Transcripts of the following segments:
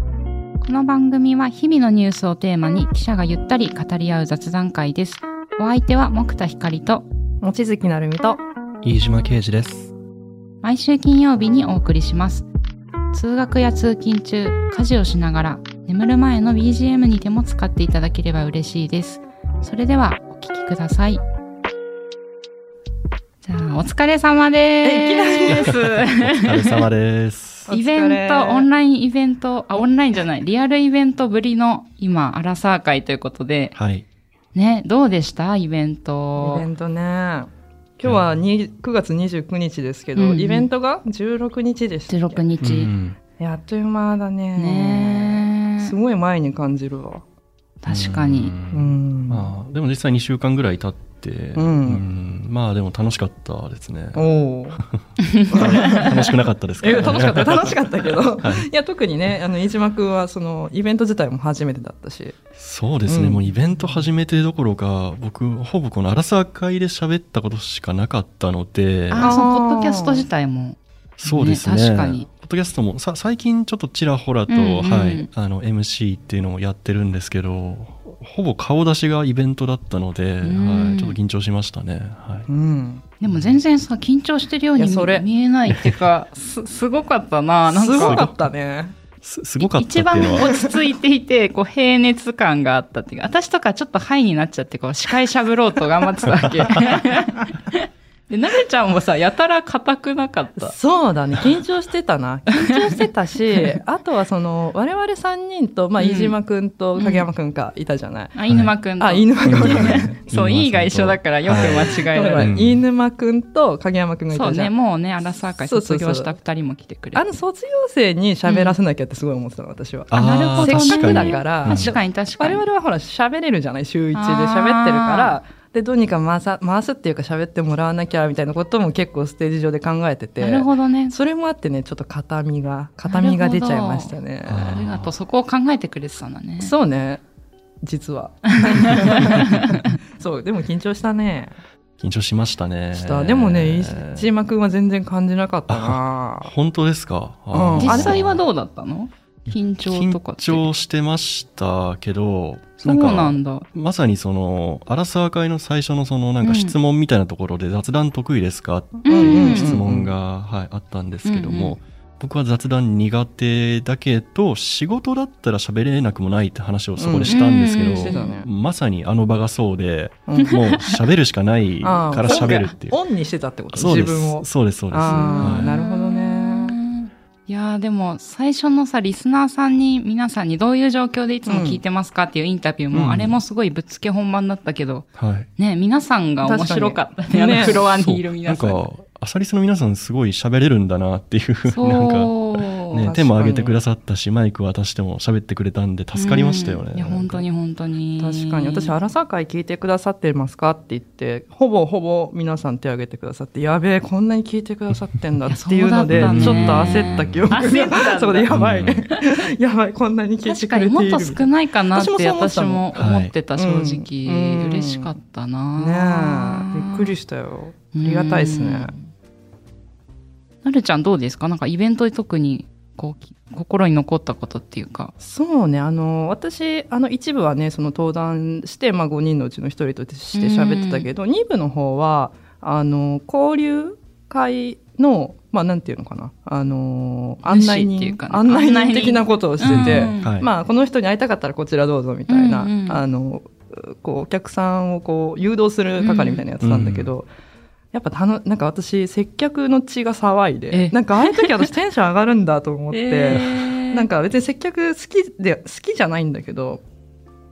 この番組は日々のニュースをテーマに記者がゆったり語り合う雑談会です。お相手は木田光と望月なるみと飯島啓司 です。毎週金曜日にお送りします。通学や通勤中、家事をしながら眠る前の BGM にでも使っていただければ嬉しいです。それではお聴きください。じゃあお疲れ様でえー す。お疲れ様です。イベント、オンイラインイベント、あ、オンラインじゃない、リアルイベントぶりの今、アラサー会ということで、はい。ね、どうでしたイベントイベ。ントね今日はに9月29日ですけど、うんうんイベントが16日でしたっ16け日。うんいやあっという間だねねすえごい前に感じるわ確かにう。うんん、まあでも実際2週間ぐらい経って、んうんまあでも楽しかったですね。お お楽しくなかったですかえ楽しかった楽しかっかったけど、、はいや特にねあの飯島君はそのイベント自体も初めてだったし、た。 そうですね。うんもうイベント始めてどころか、僕ほぼこのアラサー会で喋ったことしかなかったので、あ、そのあーポッドキャスト自体も。そうですね。ね確かにポッドキャストもさ最近ちょっとちらほらと、うんうんはいあの MC っていうのをやってるんですけど、ほぼ顔出しがイベントだったので、うんはいちょっと緊張しましたね。はい。うん、でも全然さ、緊張してるようにいやそれ見見えないっていうか、す、すごかったな。なんか、すごかったねすすごかったってい一うの番は落ち着いていて、こう、平熱感があったっていうか、私とかちょっとハイになっちゃって、こう、司会しゃぶろうと頑張ってたわけ。 で、なべちゃんもさ、やたら硬くなかった。そうだね緊張して たな緊張してたしあとはその我々3人と、まあ、うん飯島君と影山君かいたじゃない、あ、犬間くんと。あ飯沼君そう、いいが一緒だからよく間違えられはる。い飯沼君と影山君がいそうたじゃね、ん、もうね、アラサー会そう卒そうそう業した二人も来てくれて。あの卒業生に喋らせなきゃってすごい思ってたの私は、あなるほどーねせっかく確かだにから、うん確かに確か我に。々はほら喋れるじゃない週1で喋ってるからでどうにか回さ回すっていうか喋ってもらわなきゃみたいなことも結構ステージ上で考えててなるほどね。それもあってねちょっと硬みが硬みが出ちゃいましたねなるほどありがとう。あーそこを考えてくれてたんだね。そうね 実はそうでも緊張したね緊張しましたねしたでもね飯島君は全然感じなかったな本当ですか、うん実際はうどうだったの緊張とかって。緊張してましたけどそうかなんだ。まさにそのアラサー会の最初のそのなんうんか質問みたいなところで雑談得意ですかってうんうん質問が、はい、あったんですけども、うんうん僕は雑談苦手だけど仕事だったら喋れなくもないって話をそこでしたんですけど、うんうんしてたねまさにあの場がそうで、うんもう喋るしかないから喋るっていう。オンにしてたってことそう自です分をそうです、そうです。あーはなるほどね。いやーでも最初のさリスナーさんに皆さんにどういう状況でいつも聞いてますかっていうインタビューも、うんあれもすごいぶっつけ本番だったけどい。はいね皆さんが面白かったね確かにあのねフロアにいる皆さんそうなんか、アサリスの皆さんすごい喋れるんだなっていう、そうなんか、確かね、に手も挙げてくださったし、マイク渡しても喋ってくれたんで助かりましたよね。うんいや本当に本当に確かに私「アラサー会聞いてくださってますか?」って言ってほぼほぼ皆さん手挙げてくださって「やべえこんなに聞いてくださってんだ」いやっていうのでそうだったねちょっと焦った記憶が焦ったんだそこでやばいね、 やばいこんなに聞いて確くかれてにいるもっと少ないかなっ私もてそう思っ私たのも思ってた正はい直、うん嬉しかったなねえびっくりしたよありがたいですねなるちゃんどうですかなんかイベントで特にこうき心に残ったことっていうか。そうねあの私あの一部はねその登壇して、まあ、5人のうちの1人として喋ってたけど、二2部の方はあの交流会のまあなんていうのかなあの案内主ってい人うかね案内案内人人的なことをしてて、うんはいまあこの人に会いたかったらこちらどうぞみたいな、うんうんあのこうお客さんをこう誘導する係みたいなやつなんだけど、やっぱたのなんか私接客の血が騒いえでなんかああいう時私テンション上がるんだと思 って。 なんかか別に接客好きで好きじゃないんだけど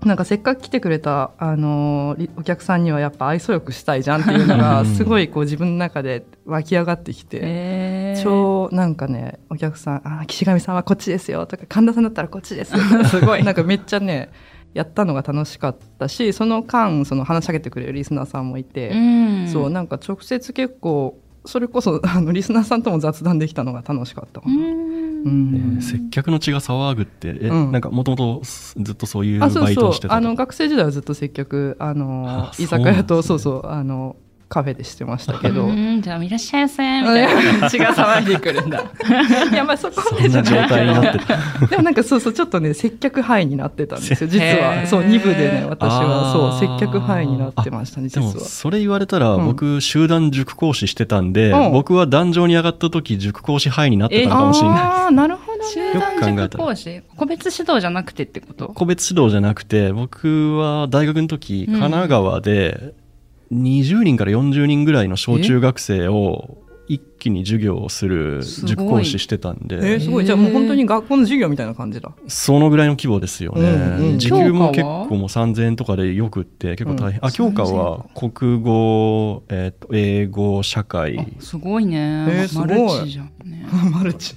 なんかせっかく来てくれた、あのーりお客さんにはやっぱ愛想よくしたいじゃんっていうのうがんすごいこう自分の中で湧き上がってきて、超なんかねお客さん「あー岸上さんはこっちですよ」とか「神田さんだったらこっちですよ」 すごいなんかめっちゃねやったのが楽しかったしその間その話しかけてくれるリスナーさんもいて。うん、そうなんか直接結構それこそあのリスナーさんとも雑談できたのが楽しかったかうな、んうんえー接客の血が騒ぐって、え、うんなんかもともとずっとそういうあそうバイトそをうしてたあとの学生時代はずっと接客あのあ居酒屋とそそうなうんですねそうあのカフェでしてましたけどうんじゃあいらっしゃいませみた いな血が騒いで くるんだいやまあそこまそでんじゃな状ない態になってた。でもなんかそうそうちょっとね接客範囲になってたんですよせ実はそうへー2部でね私はあそうー接客範囲になってましたねで実もはそれ言われたらうん僕集団塾講師してたんで、うん僕は壇上に上がった時塾講師範囲になってたのかもしれない。ああーなるほど集 ね団塾講師個別指導じゃなくてってこと個別指導じゃなくて僕は大学の時うん神奈川で20人から40人ぐらいの小中学生を一気に授業をする塾講師してたんえでーすごいじゃあもう本当に学校の授業みたいな感じだ そのぐらいの規模ですよね、うんうん時給も結教科は構もう3000円とかでよくって結構大変、うんあ教科は国語、えーと英語社あ会すごいね、えーすごマいルチじゃん、ね、マルチ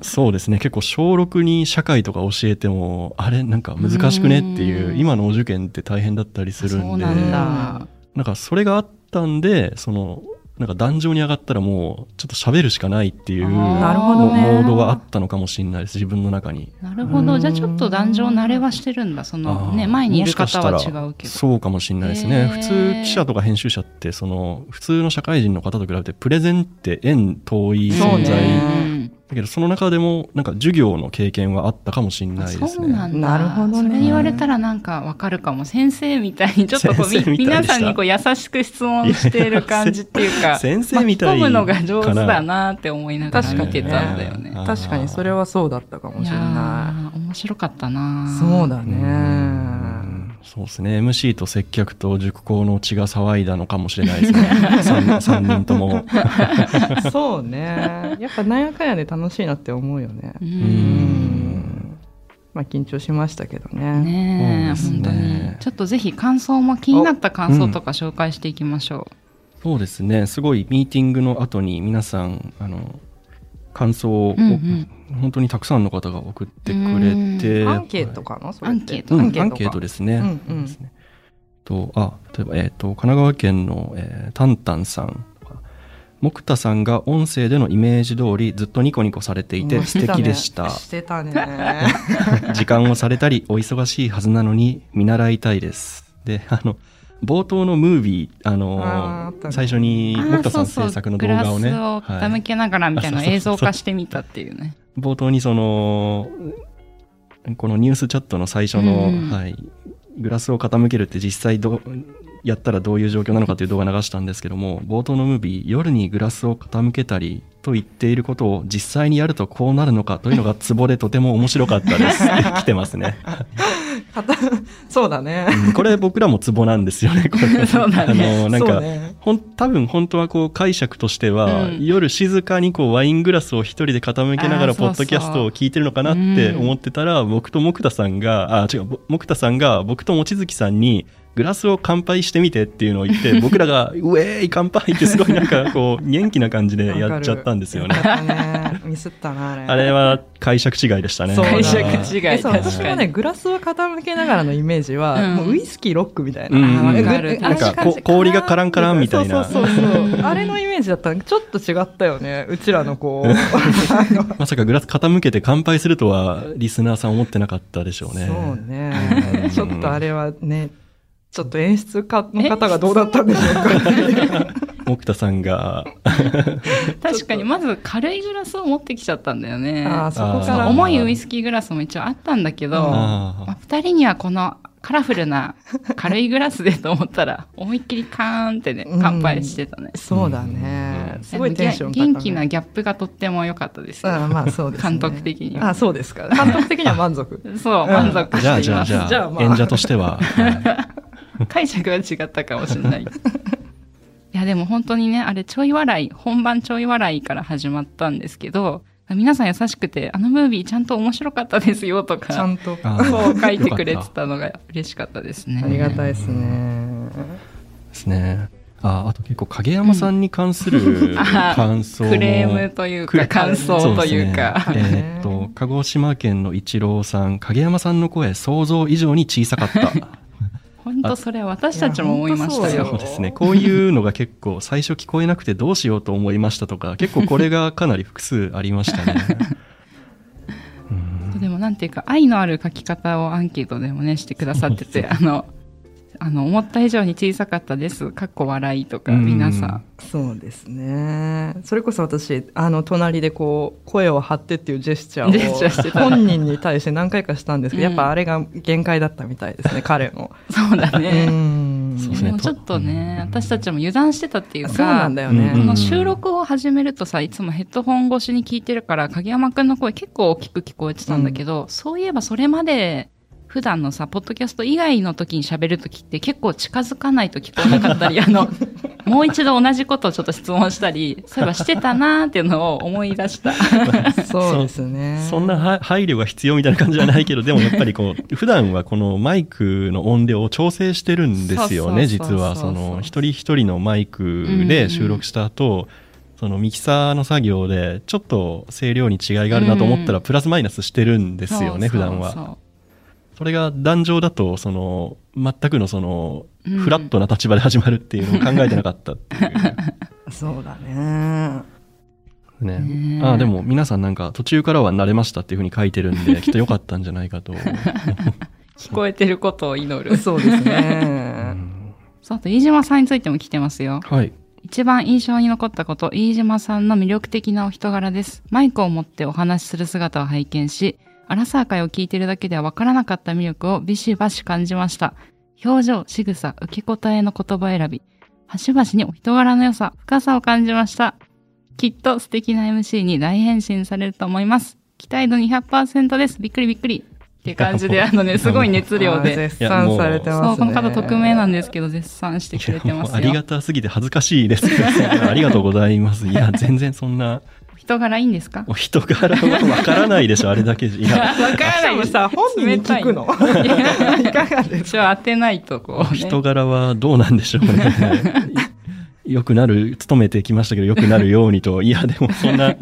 そうですね結構小6に社会とか教えてもあれなんか難しくねっていううん今のお受験って大変だったりするんでそうなんだなんかそれがあったんでそのなんか壇上に上がったらもうちょっと喋るしかないっていうあーなるほどねもモードはあったのかもしれないです自分の中に。なるほどじゃあちょっと壇上慣れはしてるんだそのねあー前にいるもし方かしたはら違うけどそうかもしれないですへねー普通記者とか編集者ってその普通の社会人の方と比べてプレゼンって縁遠いそう存在ねうんだけどその中でもなんか授業の経験はあったかもしれないですそうなね。んだなるほどねそれ言われたらなんかわかるかも先生みたいにちょっとこうみ先生みたいでした皆さんにこう優しく質問している感じっていうか先生みたい巻き込むかなのが上手だなって思いながら見てたんだよね。あー確かにそれはそうだったかもいしやれなー面白かったないそうだうねんそうですね MC と接客と塾講の血が騒いだのかもしれないですね 3, 人ともそうねやっぱなんやかんやで楽しいなって思うよねううんんんまあ緊張しましたけどねねえ、そう本です当ねにちょっとぜひ感想も気になった感想とか紹介していきましょそうですねすごいミーティングの後に皆さんあの感想を、うんうん本当にたくさんの方が送ってくれてアンケートかなそれアンケートうん、アアンンケケートかートですね。うんうんですねとあ例えば、えー、と神奈川県の、えー、タンタンさんとか木田さんが音声でのイメージ通りずっとニコニコされていて素敵 でしたしてた ね時間をされたりお忙しいはずなのに見習いたいですであの冒頭のムービー、あのあーあったね最初にう。木田さあんーそうそ制う作の動画をねグラスをは傾いけながらみたいなあそうそうそう映像化してみたっていう ね。冒頭にそのこのニュースチャットの最初の、うんはい、グラスを傾けるって実際どうやったらどういう状況なのかという動画流したんですけども冒頭のムービー「夜にグラスを傾けたり」と言っていることを実際にやるとこうなるのかというのがツボでとても面白かったです 来てますね、片そうだねうんこれ僕らもツボなんですよ ねこれそうだねあのなんそかうねほん多分本当はこう解釈としては、うん夜静かにこうワイングラスを一人で傾けながあーらそうそうポッドキャストを聞いてるのかなってうん思ってたら、僕と木田さんがあ違うぼ木田さんが僕と望月さんにグラスを乾杯してみてっていうのを言って 僕らが「ウェーイ乾杯!」ってすごいなんかこう元気な感じでやっちゃったんですよねわ。かるやっちゃったねミスったなあれあれは解釈違いでしたね。そうだ解釈違いえそう確かに私もねグラスを傾けながらのイメージは、うんもうウイスキーロックみたいな、うんうんうんあーわかるあなんかあれ感じこ氷がカランカランみたいなそうそうそうそううんあれのイメージだったのちょっと違ったよねうちらのこうあ の まさかグラス傾けて乾杯するとはリスナーさん思ってなかったでしょうね。そうねうんちょっとあれはねちょっと演出家の方がどうだったんでしょうか 木田さんが確かにまず軽いグラスを持ってきちゃったんだよね。あーそこーからあ重いウイスキーグラスも一応あったんだけど、うんまあーあ、2人にはこのカラフルな軽いグラスでと思ったら 思いっきりカーンってねうん乾杯してたね。そうだねうんすごいテンション高め元気なギャップがとっても良かったですよ。あーまあそうです、ね、監督的にはあそうですか監督的には満 足そう、満足じゃしてあじいゃあますじ。ゃあじゃあまあ演者としては、はい解釈は違ったかもしれ ない。いや、でも本当にね、あれ、ちょい笑い、本番ちょい笑いから始まったんですけど、皆さん優しくて、あのムービーちゃんと面白かったですよとちゃか、んと あそーう書いてくれてたのが嬉しかったですね。ありがたいですね。ですねああと結構影山さんに関するあ感想も、クレームというクか、レ感想というそか。ですねえーっと鹿児島県の一郎さん影山さんの声想像以上に小さかった本当それは私たちも思いましたいやよ本そうですねこういうのが結構最初聞こえなくてどうしようと思いましたとか結構これがかなり複数ありましたねうんでもなんていうか愛のある書き方をアンケートでもねしてくださっててあのあの思った以上に小さかったですかっこ笑いとか皆さんそうですねそれこそ私あの隣でこう声を張ってっていうジェスチャジェスチャーしてーを本人に対して何回かしたんですけど、うんやっぱあれが限界だったみたいですね彼も。そうだうねんそうでですねもちょっとね私たちも油断してたっていうかそうなんだよね。うんこの収録を始めるとさいつもヘッドホン越しに聞いてるから影山くんの声結構大きく聞こえてたんだけど、そういえばそれまで普段のさポッドキャスト以外の時に喋る時って結構近づかないと聞こえなか ったりあのもう一度同じことをちょっと質問したりそういえばしてたなーっていうのを思い出したそうですね。そんなは配慮が必要みたいな感じじゃないけど、でもやっぱりこ う、普段はこのマイクの音量を調整してるんですよね、そうそうそう実そうは。その、一人一人のマイクで収録した後、そのミキサーの作業で、ちょっと声量に違いがあるなと思ったうんうら、プラスマイナスしてるんですよね、そうそ普うそう段は。それが壇上だと、その、全くのその、うんフラットな立場で始まるっていうのを考えてなかったっていう。そうだね。ね ね、えああでも皆さんなんか途中からは慣れましたっていうふうに書いてるんできっと良かったんじゃないか と、聞こえてることを祈るそうですうね。んそうあと飯島さんについても来てますよはい一番印象に残ったこと、飯島さんの魅力的なお人柄です。マイクを持ってお話しする姿を拝見し、アラサー会を聞いてるだけではわからなかった魅力をビシバシ感じました。表情、仕草、受け答えの言葉選び、端々にお人柄の良さ、深さを感じました。きっと素敵な MC に大変身されると思います。期待度200%です。びっくりびっくり。っていう感じで、あのね、すごい熱量あで。絶賛されてそまう、すね。この方匿名なんで。ですけど、絶賛してくいれやてもまうすありよが。たすぎて恥ずかし いですけどありがとうございますいや全然そんなお人柄いいんですかお人柄はわからないでしょあれだけじゃい やわからないでもです。さ本人に聞くの。いやいかがです一か。応当てないとこう、ね。人柄はどうなんでしょ うね良くなる勤めてきましたけど良くなるようにといやでもそんな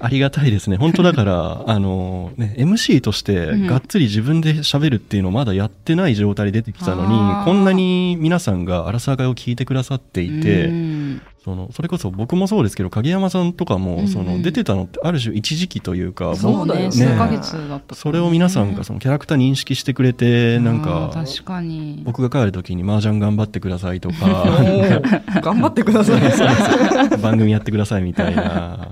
ありがたいですね本当だ からあの、ね、MC としてうんがっつり自分で喋るっていうのをまだやってない状態で出てきたのに、あーこんなに皆さんが「アラサー会」を聞いてくださっていて、うんそのそれこそ僕もそうですけど影山さんとかうんうもんその出てたのってある種一時期というか、そもそううだね。よね数ヶ月だった。それを皆さんがそのキャラクター認識してくれてなんあかー確かに。僕が帰る時に「麻雀頑張ってください」とおか。 ー頑張ってください。番組やってくださいみたいな。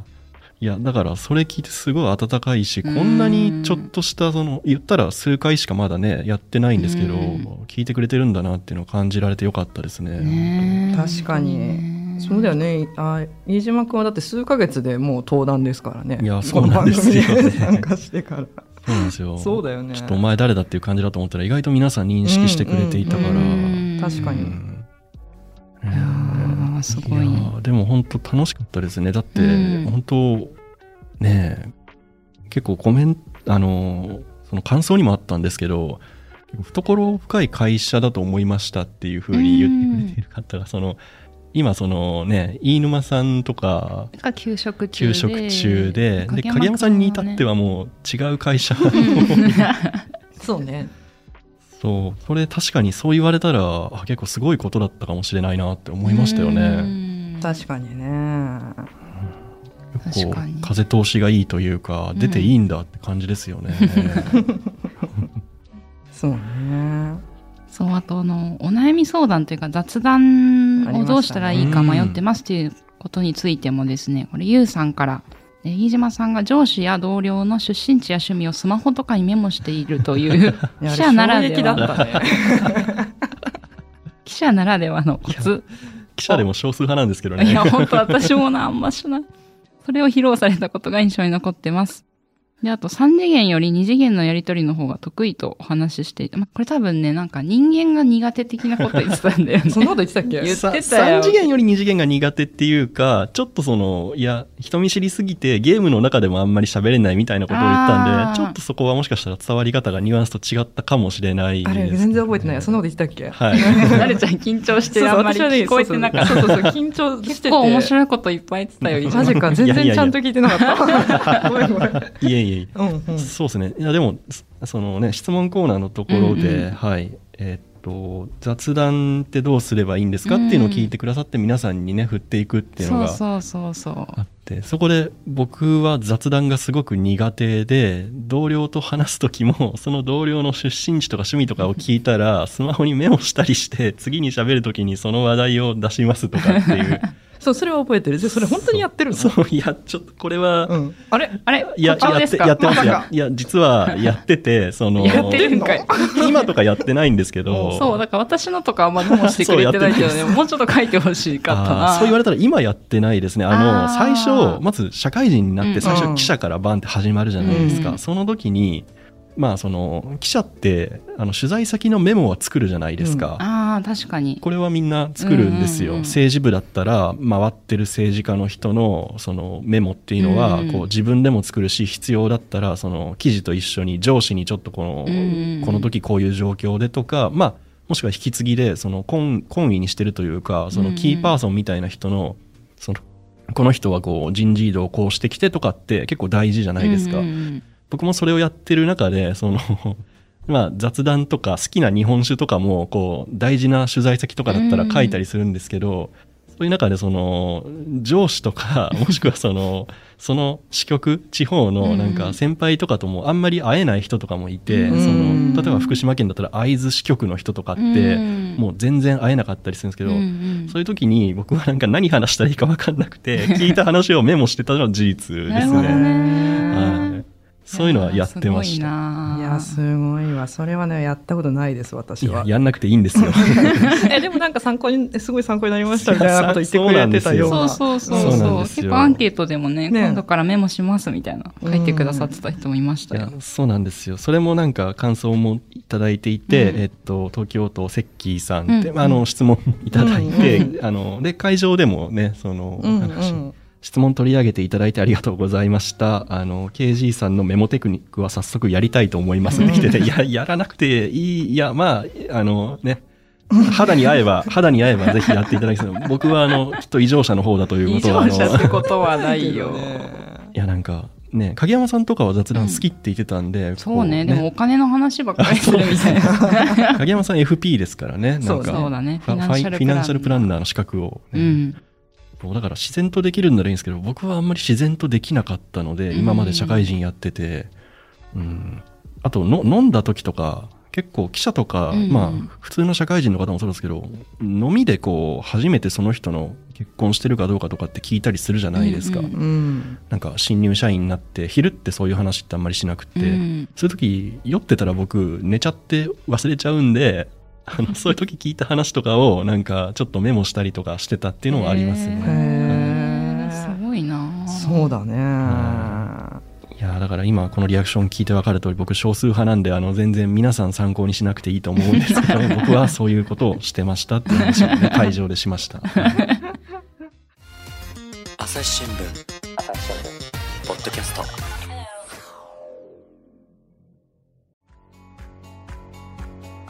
いや、だからそれ聞いてすごい温かいし、こうんんなにちょっとした、その、言ったら数回しかまだね、やってないんですけどうん、聞いてくれてるんだなっていうのを感じられてよかったですね。ねえ確かにねえそうだよね。あ、飯島君はだって数ヶ月でもう登壇ですからね。いやそうなんですよねこの番組に参加してから。そうなんですよ。そうだよね。ちょっとお前誰だっていう感じだと思ったら、意外と皆さん認識してくれていたから。ううん確かにうんあーすごいいやーでも本当楽しかったですねだって、うん本当ねえ結構コメントあのーその感想にもあったんですけど懐深い会社だと思いましたっていうふうに言ってくれている方が、その今そのね飯沼さんとかが給食中で。給食中でで影山さんに至ってははもう違う会社 ね。そうね。そうそれ確かにそう言われたらあ結構すごいことだったかもしれないなって思いましたよね。うん確かにね。結確構かに風通しがいいというかうん出ていいんだって感じですよ ね。そうね。そう、あと、あの、お悩み相談というか、雑談をどうしたらいいか迷ってますということについてもですね、これ、ゆうさんから、え飯島さんが上司や同僚の出身地や趣味をスマホとかにメモしているという いや記者ならあれで衝撃だは、ったね。 記者ならではのコツ。記者でも少数派なんですけどいねや、。本当私もな、あんましない。それを披露されたことが印象に残ってます。で、あと3次元より2次元のやりとりの方が得意とお話ししていて、まあ、これ多分ね、なんか人間が苦手的なこと言ってたんだ よね。そんなこと言ってたっけ言ってたよ3次元より2次元が苦手っていうかちょっとそのいや人見知りすぎてゲームの中でもあんまり喋れないみたいなことを言ったあーんでちょっとそこはもしかしたら伝わり方がニュアンスと違ったかもしれないあれです全然覚えてない。そんなこのと言ってたっけ はいなるちゃん緊張してあんまり聞こえてなかった。そう そうそう、緊張してて。結構面白いこといっぱい言ってたよ、マ ジか、全いやい然やいやちゃんと聞いてなかった。 ごめんごめん。いえいえいえうんうん。そうですね。いやでもそそのね質問コーナーのところで、うんうんはいえーっと雑談ってどうすればいいんですかっていうのを聞いてくださって皆さんにね振っていくっていうのそうがそうそうそうあってそこで僕は雑談がすごく苦手で同僚と話す時もその同僚の出身地とか趣味とかを聞い たらスマホにメモしたりして次に喋る時にその話題を出しますとかっていうそうそれは覚えてる でそれ本当にやってるのそういやちょっとこれは、うん、あれあれいやこちらやでっすてかやってますまさや かいや実はやっててそのやってるんかい今とかやってないんですけど そうだから私のとかあんまメモしてくれてないけどそうねもうちょっと書いてほしかったあなーそう言われたら今やってないですねあのあー最初まず社会人になっうんて最うん初記者からバンって始まるじゃないですか、うんその時にまあその記者ってあの取材先のメモは作るじゃないですか、あー確かにこれはみんな作るんですうんよ、うんうん政治部だったら回ってる政治家の人のそのメモっていうのはうんうんこう自分でも作るし必要だったらその記事と一緒に上司にちょっとこの,、うんうんうんこの時こういう状況でとかまあもしくは引き継ぎでその懇懇意にしてるというかそうんのうんキーパーソンみたいな人のそのこの人はこう人事異動をこうしてきてとかって結構大事じゃないですか。うんうん僕もそれをやってる中でその まあ雑談とか好きな日本酒とかもこう大事な取材先とかだったら書いたりするんですけど、そういう中でその上司とか もしくはそのその支局地方のなんうんか先輩とかともあんまり会えない人とかもいて、うんその例えば福島県だったら会津支局の人とかっうんて、うんもう全然会えなかったりするんですけど、うんうんそういう時に僕はなんか何話したらいいか分かんなく て聞いた話をメモしてたのは事実ですね。なるほどねはい、そういうのはやってまいしやた。ーいやすすごいわそれはねやったことないです私いはややんなくていいんですよ。 えでもなんか参考にえすごい参考になりましたみたいなこと言ってくれてたようごいななそうそうそうそうそなうんですよ結構アンケートでもねね今度からメモしますみたいな書いてくださってた人もいましいたよやそうなんですよ。それもなんか感想もいただいていて、うんえっと東京都セッキーさんって、うんまああの質問もいただいて、うん あので会場でもねその、うんうなんんか質問取り上げていただいてありがとうございました。あの KG さんのメモテクニックは早速やりたいと思いますって来てて、いややらなくていいいやまああのね。肌に合えば、肌に合えばぜひやっていただきたい。僕は、あの、きっと異常者の方だという異ことは、常あの者ってことはないよいやなんかね影山さんとかは雑談好きって言ってたんで、こそうねでもお金の話ばっかりするみたいな 影山さん FP ですからねなんかそうだねファファイフィナンシャルプランンナーの資格をうね、んそうだから自然とできるんならいいんですけど僕はあんまり自然とできなかったのでうん今まで社会人やってて、うん、あとの飲んだ時とか結構記者とか、うんまあ普通の社会人の方もそうですけど飲みでこう初めてその人の結婚してるかどうかとかって聞いたりするじゃないですか、うんうんうんなんか新入社員になって昼ってそういう話ってあんまりしなくて、うんそういう時酔ってたら僕寝ちゃって忘れちゃうんであ のそういう時聞いた話とかをなんかちょっとメモしたりとかしてたっていうのはありまへすね。ーへーすごいなそうだねいやーだから今このリアクション聞いてわかる通り僕少数派なんであの全然皆さん参考にしなくていいと思うんですけど僕はそういうことをしてましたっていう話 をね会場でしました。はい朝日新聞ポッドキャスト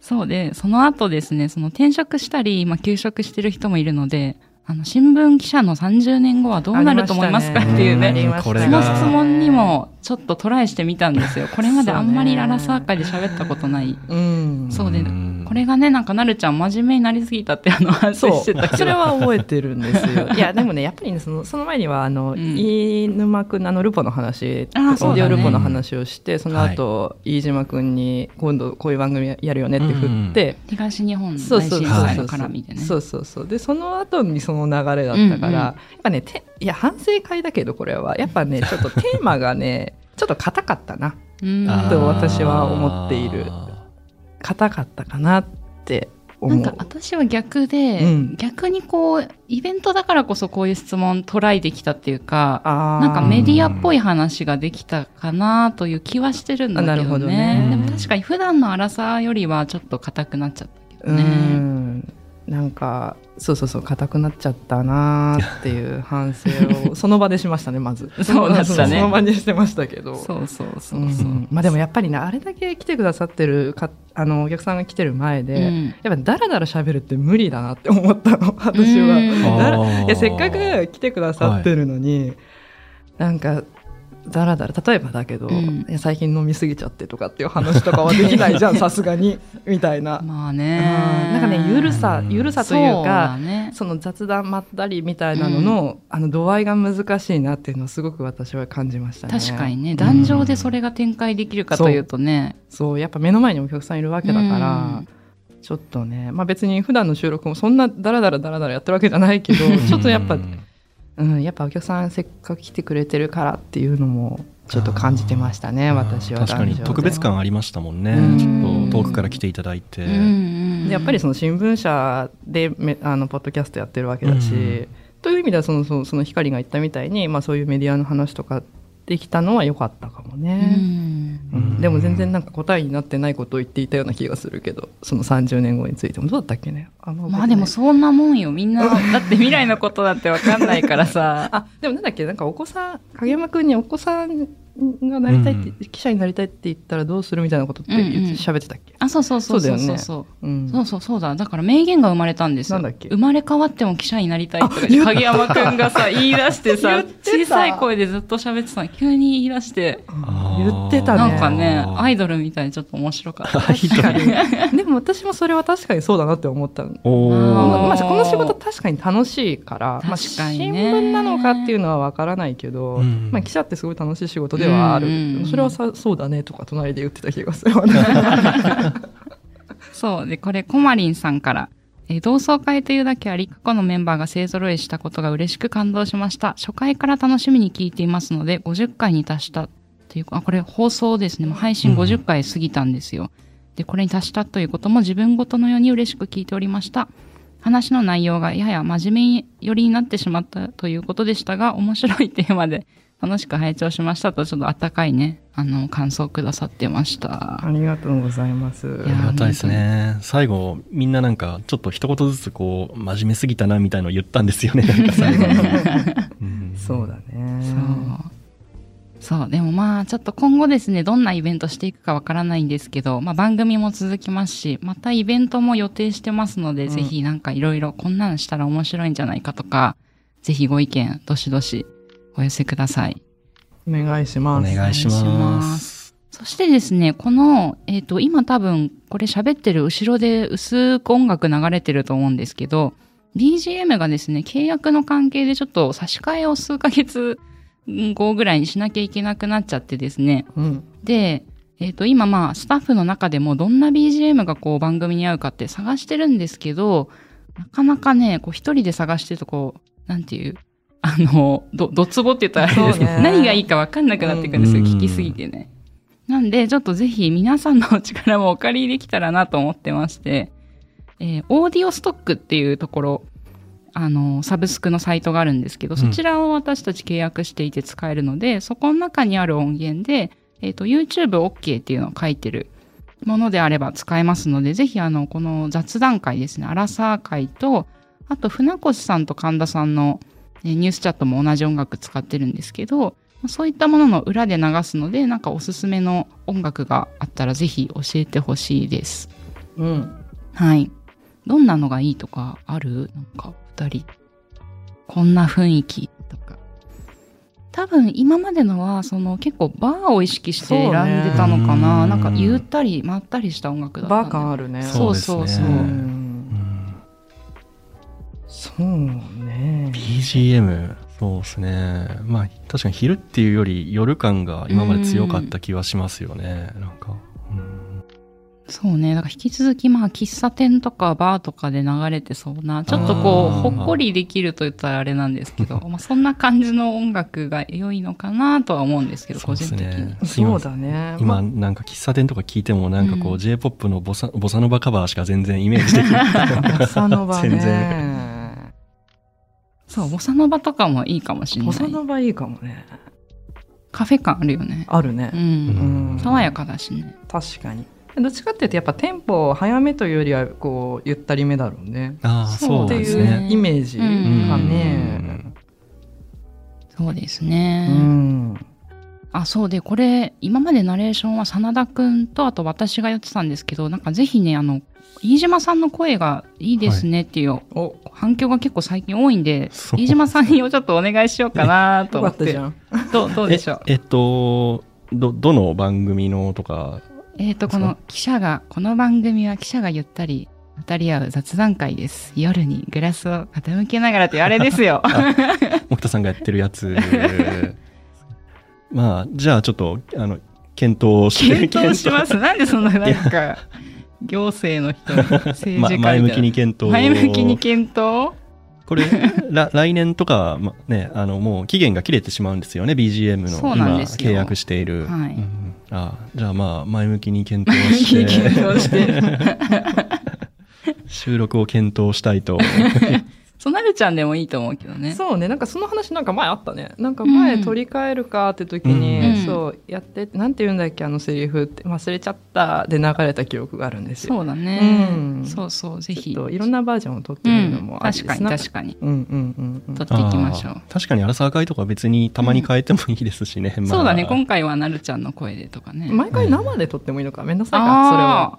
そうで、その後ですね、その転職したり、今休職してる人もいるので、あの、新聞記者の30年後はどうなると思いますかあってりましたねいうあね、りましたこねそれのが質問にもちょっとトライしてみたんですよ。これまであんまりララサー会で喋ったことない。うんそうでん、これがね、なんかなるちゃん真面目になりすぎたってあの反省そしてたうけ それど。は覚えてるんです よいやでもねやっぱりねそのその前にはあの、ん飯沼君あのルポの話あーそうだねオーディオルポの話をしてその後、飯島君に今度こういう番組やるよねって振って、東日本そう大そう震そう災そのう絡みでね。そうそうそうでその後にその流れだったから、うんうんやっぱねていや反省会だけどこれはやっぱ ねちょっとテーマがねちょっと硬かったなうんあーと私は思っている硬かったかなって思なんうか私は逆で、うん逆にこう、イベントだからこそこういう質問トライできたっていうか、あーなんかメディアっぽい話ができたかなという気はしてるんだけどね。あなるほどねでも確かに普段の荒さよりはちょっと硬くなっちゃったけどうね。んなんかそうそうそう硬くなっちゃったなーっていう反 省をその場でしましたねまずそうだったねその場にしてましたけどそうそうそううそう、んうんまあでもやっぱりねあれだけ来てくださってるかあのお客さんが来てる前で、うんやっぱだらだら喋るって無理だなって思ったの私はうんだらあーいやせっかく来てくださってるのに、なんかだらだら例えばだけど、うんいや最近飲みすぎちゃってとかっていう話とかはできないじ ゃんさすがにみたいな、まあうんねなんかねゆるさゆるさといそううかだねその雑談まったりみたいなのの,、あの度合いが難しいなっていうのをすごく私は感じましたね。確かにね壇上でそれが展開できるかというとね、そうやっぱ目の前にお客さんいるわけだから、ちょっとね、まあ、別に普段の収録もそんなダラダラダラダラやってるわけじゃないけどちょっとやっぱう、んうん、やっぱお客さんせっかく来てくれてるからっていうのもちょっと感じてましたね私は確かに壇上で特別感ありましたもんね、うんちょっと遠くから来ていただいて、うんうんうんでやっぱりその新聞社でめあのポッドキャストやってるわけだし、うんという意味ではそのそのその光が言ったみたいに、まあ、そういうメディアの話とかできたのは良かったかもうね、んうんでも全然なんか答えになってないことを言っていたような気がするけどその30年後についてもどうだったっけねあん覚えてまなあいでもそんなもんよみん なだって未来のことだってわかんないからさあでもなんだっけなんかお子さん影山君にお子さんがなりたいって、うん記者になりたいって言ったらどうするみたいなことってうんうん言って喋ってたっけ、 あそうそうそうそうそうそそううんそうそうそうだだから名言が生まれたんですよなんだっけ生まれ変わっても記者になりたいとか言った影山くんが さ言い出してさ言ってた小さい声でずっと喋ってたの急に言い出してあー言ってたねなんかねあーアイドルみたいでちょっと面白かった確かにでも私もそれは確かにそうだなって思ったのおあーーまあ、この仕事確かに楽しいからまあ、確新かにね聞なのかっていうのは分からないけど、うんまあ、記者ってすごい楽しい仕事ではある、うんうんそれはさそうだねとか隣で言ってた気がするそう。で、これ、コマリンさんから。えー同窓会というだけあり、過去のメンバーが勢揃いしたことが嬉しく感動しました。初回から楽しみに聞いていますので、50回に達したというあ、これ放送ですね。もう配信50回過ぎたんですよ。で、これに達したということも自分ごとのように嬉しく聞いておりました。話の内容がやや真面目寄りになってしまったということでしたが、面白いテーマで楽しく拝聴しましたと、ちょっとあったかいね、あの、感想をくださってました。ありがとうございますいやありがたいですね最後みんななんかちょっと一言ずつこう真面目すぎたなみたいの言ったんです よねなんか最後に、うんそうだねそう。そう、でもまあ、ちょっと今後ですね、どんなイベントしていくかわからないんですけど、まあ番組も続きますし、またイベントも予定してますので、うんぜひなんかいろいろこんなんしたら面白いんじゃないかとか、ぜひご意見、どしどしお寄せください。お願いしおます願いしますお願いしますそしてですね、この、えっ、と、今多分、これ喋ってる後ろで薄く音楽流れてると思うんですけど、BGM がですね、契約の関係でちょっと差し替えを数ヶ月 後ぐらいにしなきゃいけなくなっちゃってですね。うんで、えっ、と、今まあ、スタッフの中でもどんな BGM がこう番組に合うかって探してるんですけど、なかなかね、こう一人で探してるとこう、なんていう、あの、ど、どつぼって言ったらあれですけど、そうね何がいいかわかんなくなってくるんですよ、うん聞きすぎてね。なんで、ちょっとぜひ皆さんのお力もお借りできたらなと思ってまして、えーオーディオストックっていうところ、あの、サブスクのサイトがあるんですけど、んそちらを私たち契約していて使えるので、そこの中にある音源で、えっ、と、YouTubeOK っていうのを書いてるものであれば使えますので、ぜひあの、この雑談会ですね、アラサー会と、あと、船越さんと神田さんのえーニュースチャットも同じ音楽使ってるんですけど、まあそういったものの裏で流すので、なんかおすすめの音楽があったらぜひ教えてほしいです。うんはい。どんなのがいいとかあるなんか、二人。こんな雰囲気とか。多分今までのは、その結構バーを意識して選んでたのかな。そうねなんかゆったりまったりした音楽だったんで。バー感あるねそうそうそうですうねうんんそうね BGM そうですねまあ確かに昼っていうより夜感が今まで強かった気はしますよね、なんか、うんそうね。だから引き続き、まあ、喫茶店とかバーとかで流れてそうな、ちょっとこあう、ーほっこりできると言ったらあれなんですけど、まあ、そんな感じの音楽が良いのかなとは思うんですけど、そ個うです人ね的に。そうだね今なんか喫茶店とか聞いてもなんかこう、うん J-POP のボサボサノバカバーしか全然イメージできないボサノバ全ね。そう、ボサノバとかもいいかもしれなボサい。ノバいいかもね。カフェ感あるよね。ある ねう。。うんん爽やかだしね。確かに。どっちかっていうとやっぱテンポ早めというよりはこうゆったりめだろうね。ああそうっなてんいですうね。イメージがね。そうですうね、ん。あそうでこれ今までナレーションは真田くんとあと私がやってたんですけどなんかぜひねあの飯島さんの声がいいですねっていう、お、反響が結構最近多いんでそう飯島さんにもちょっとお願いしようかなとよ思かっったてじゃん。どうどうでしょうええっとどどの番組のと かえー、とこの記者がこの番組は記者がゆったり語り合う雑談会です夜にグラスを傾けながらってあれです よ木田さんがやってるやつ まあじゃあちょっとあの検討して検討しますなんでそんななんか行政の人の政治家みまたいな前向きに検討前向きに検討これら来年とか、ま、ねあのもう期限が切れてしまうんですよね BGM のそうなんですよ今契約している、はいうんあじゃあまあ前向きに検討前向きにし検て討して 収録を検討したいとそうなるちゃんでもいいと思うけどねそうね、なんかその話なんか前あったね。なんか前取り替えるかって時に、うんそうやってなんて言うんだっけあのセリフって忘れちゃったで流れた記憶があるんですよ。そうだね、うんそうそうぜひちょっといろんなバージョンを取ってうみるのんもあ確りでかすにな確かにうんうんうんうん。取っていきましょあー確かに荒沢会とか別にたまに変えてもいいですしね、 うまあそうだね今回はなるちゃんの声でとかね毎回生で撮ってもいいのか、めんどくさいあか、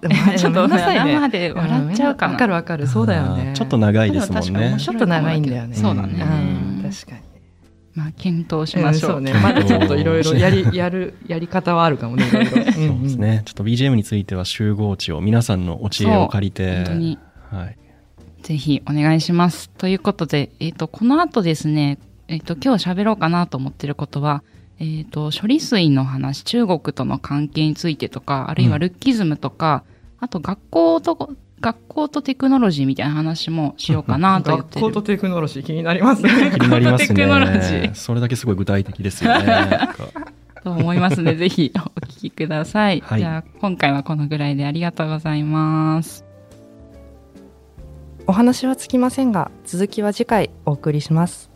あそれ は。ちょっとごめんなさいね生で笑っちゃうかなわかるわかる、そうだよあねー。ちょっと長いですもでも確んかにね面白ちょっと長いんだよね。そうだねうん確かに。まあ検討しましょう,、んそうね、まだちょっといろいろやり、やる、やり方はあるかもね、いろい ろ。そうでそうです。ねちょっと BGM については集合値を皆さんのお知恵を借りて本当にはい、ぜひお願いします。ということで、えっ、と、この後ですね、えっ、と、今日喋ろうかなと思ってることは、えっ、と、処理水の話、中国との関係についてとか、あるいはルッキズムとか、あと学校と、学校とテクノロジーみたいな話もしようかなと言っ学て校とる。テクノロジー気になり ますね。気になりますね。 テクノロジーそれだけすごい具体的です よね。なんかと思いますので、ぜひお聞きください。はいじゃあ、今回はこのぐらいでありがとうございます。お話はつきませんが、続きは次回お送りします。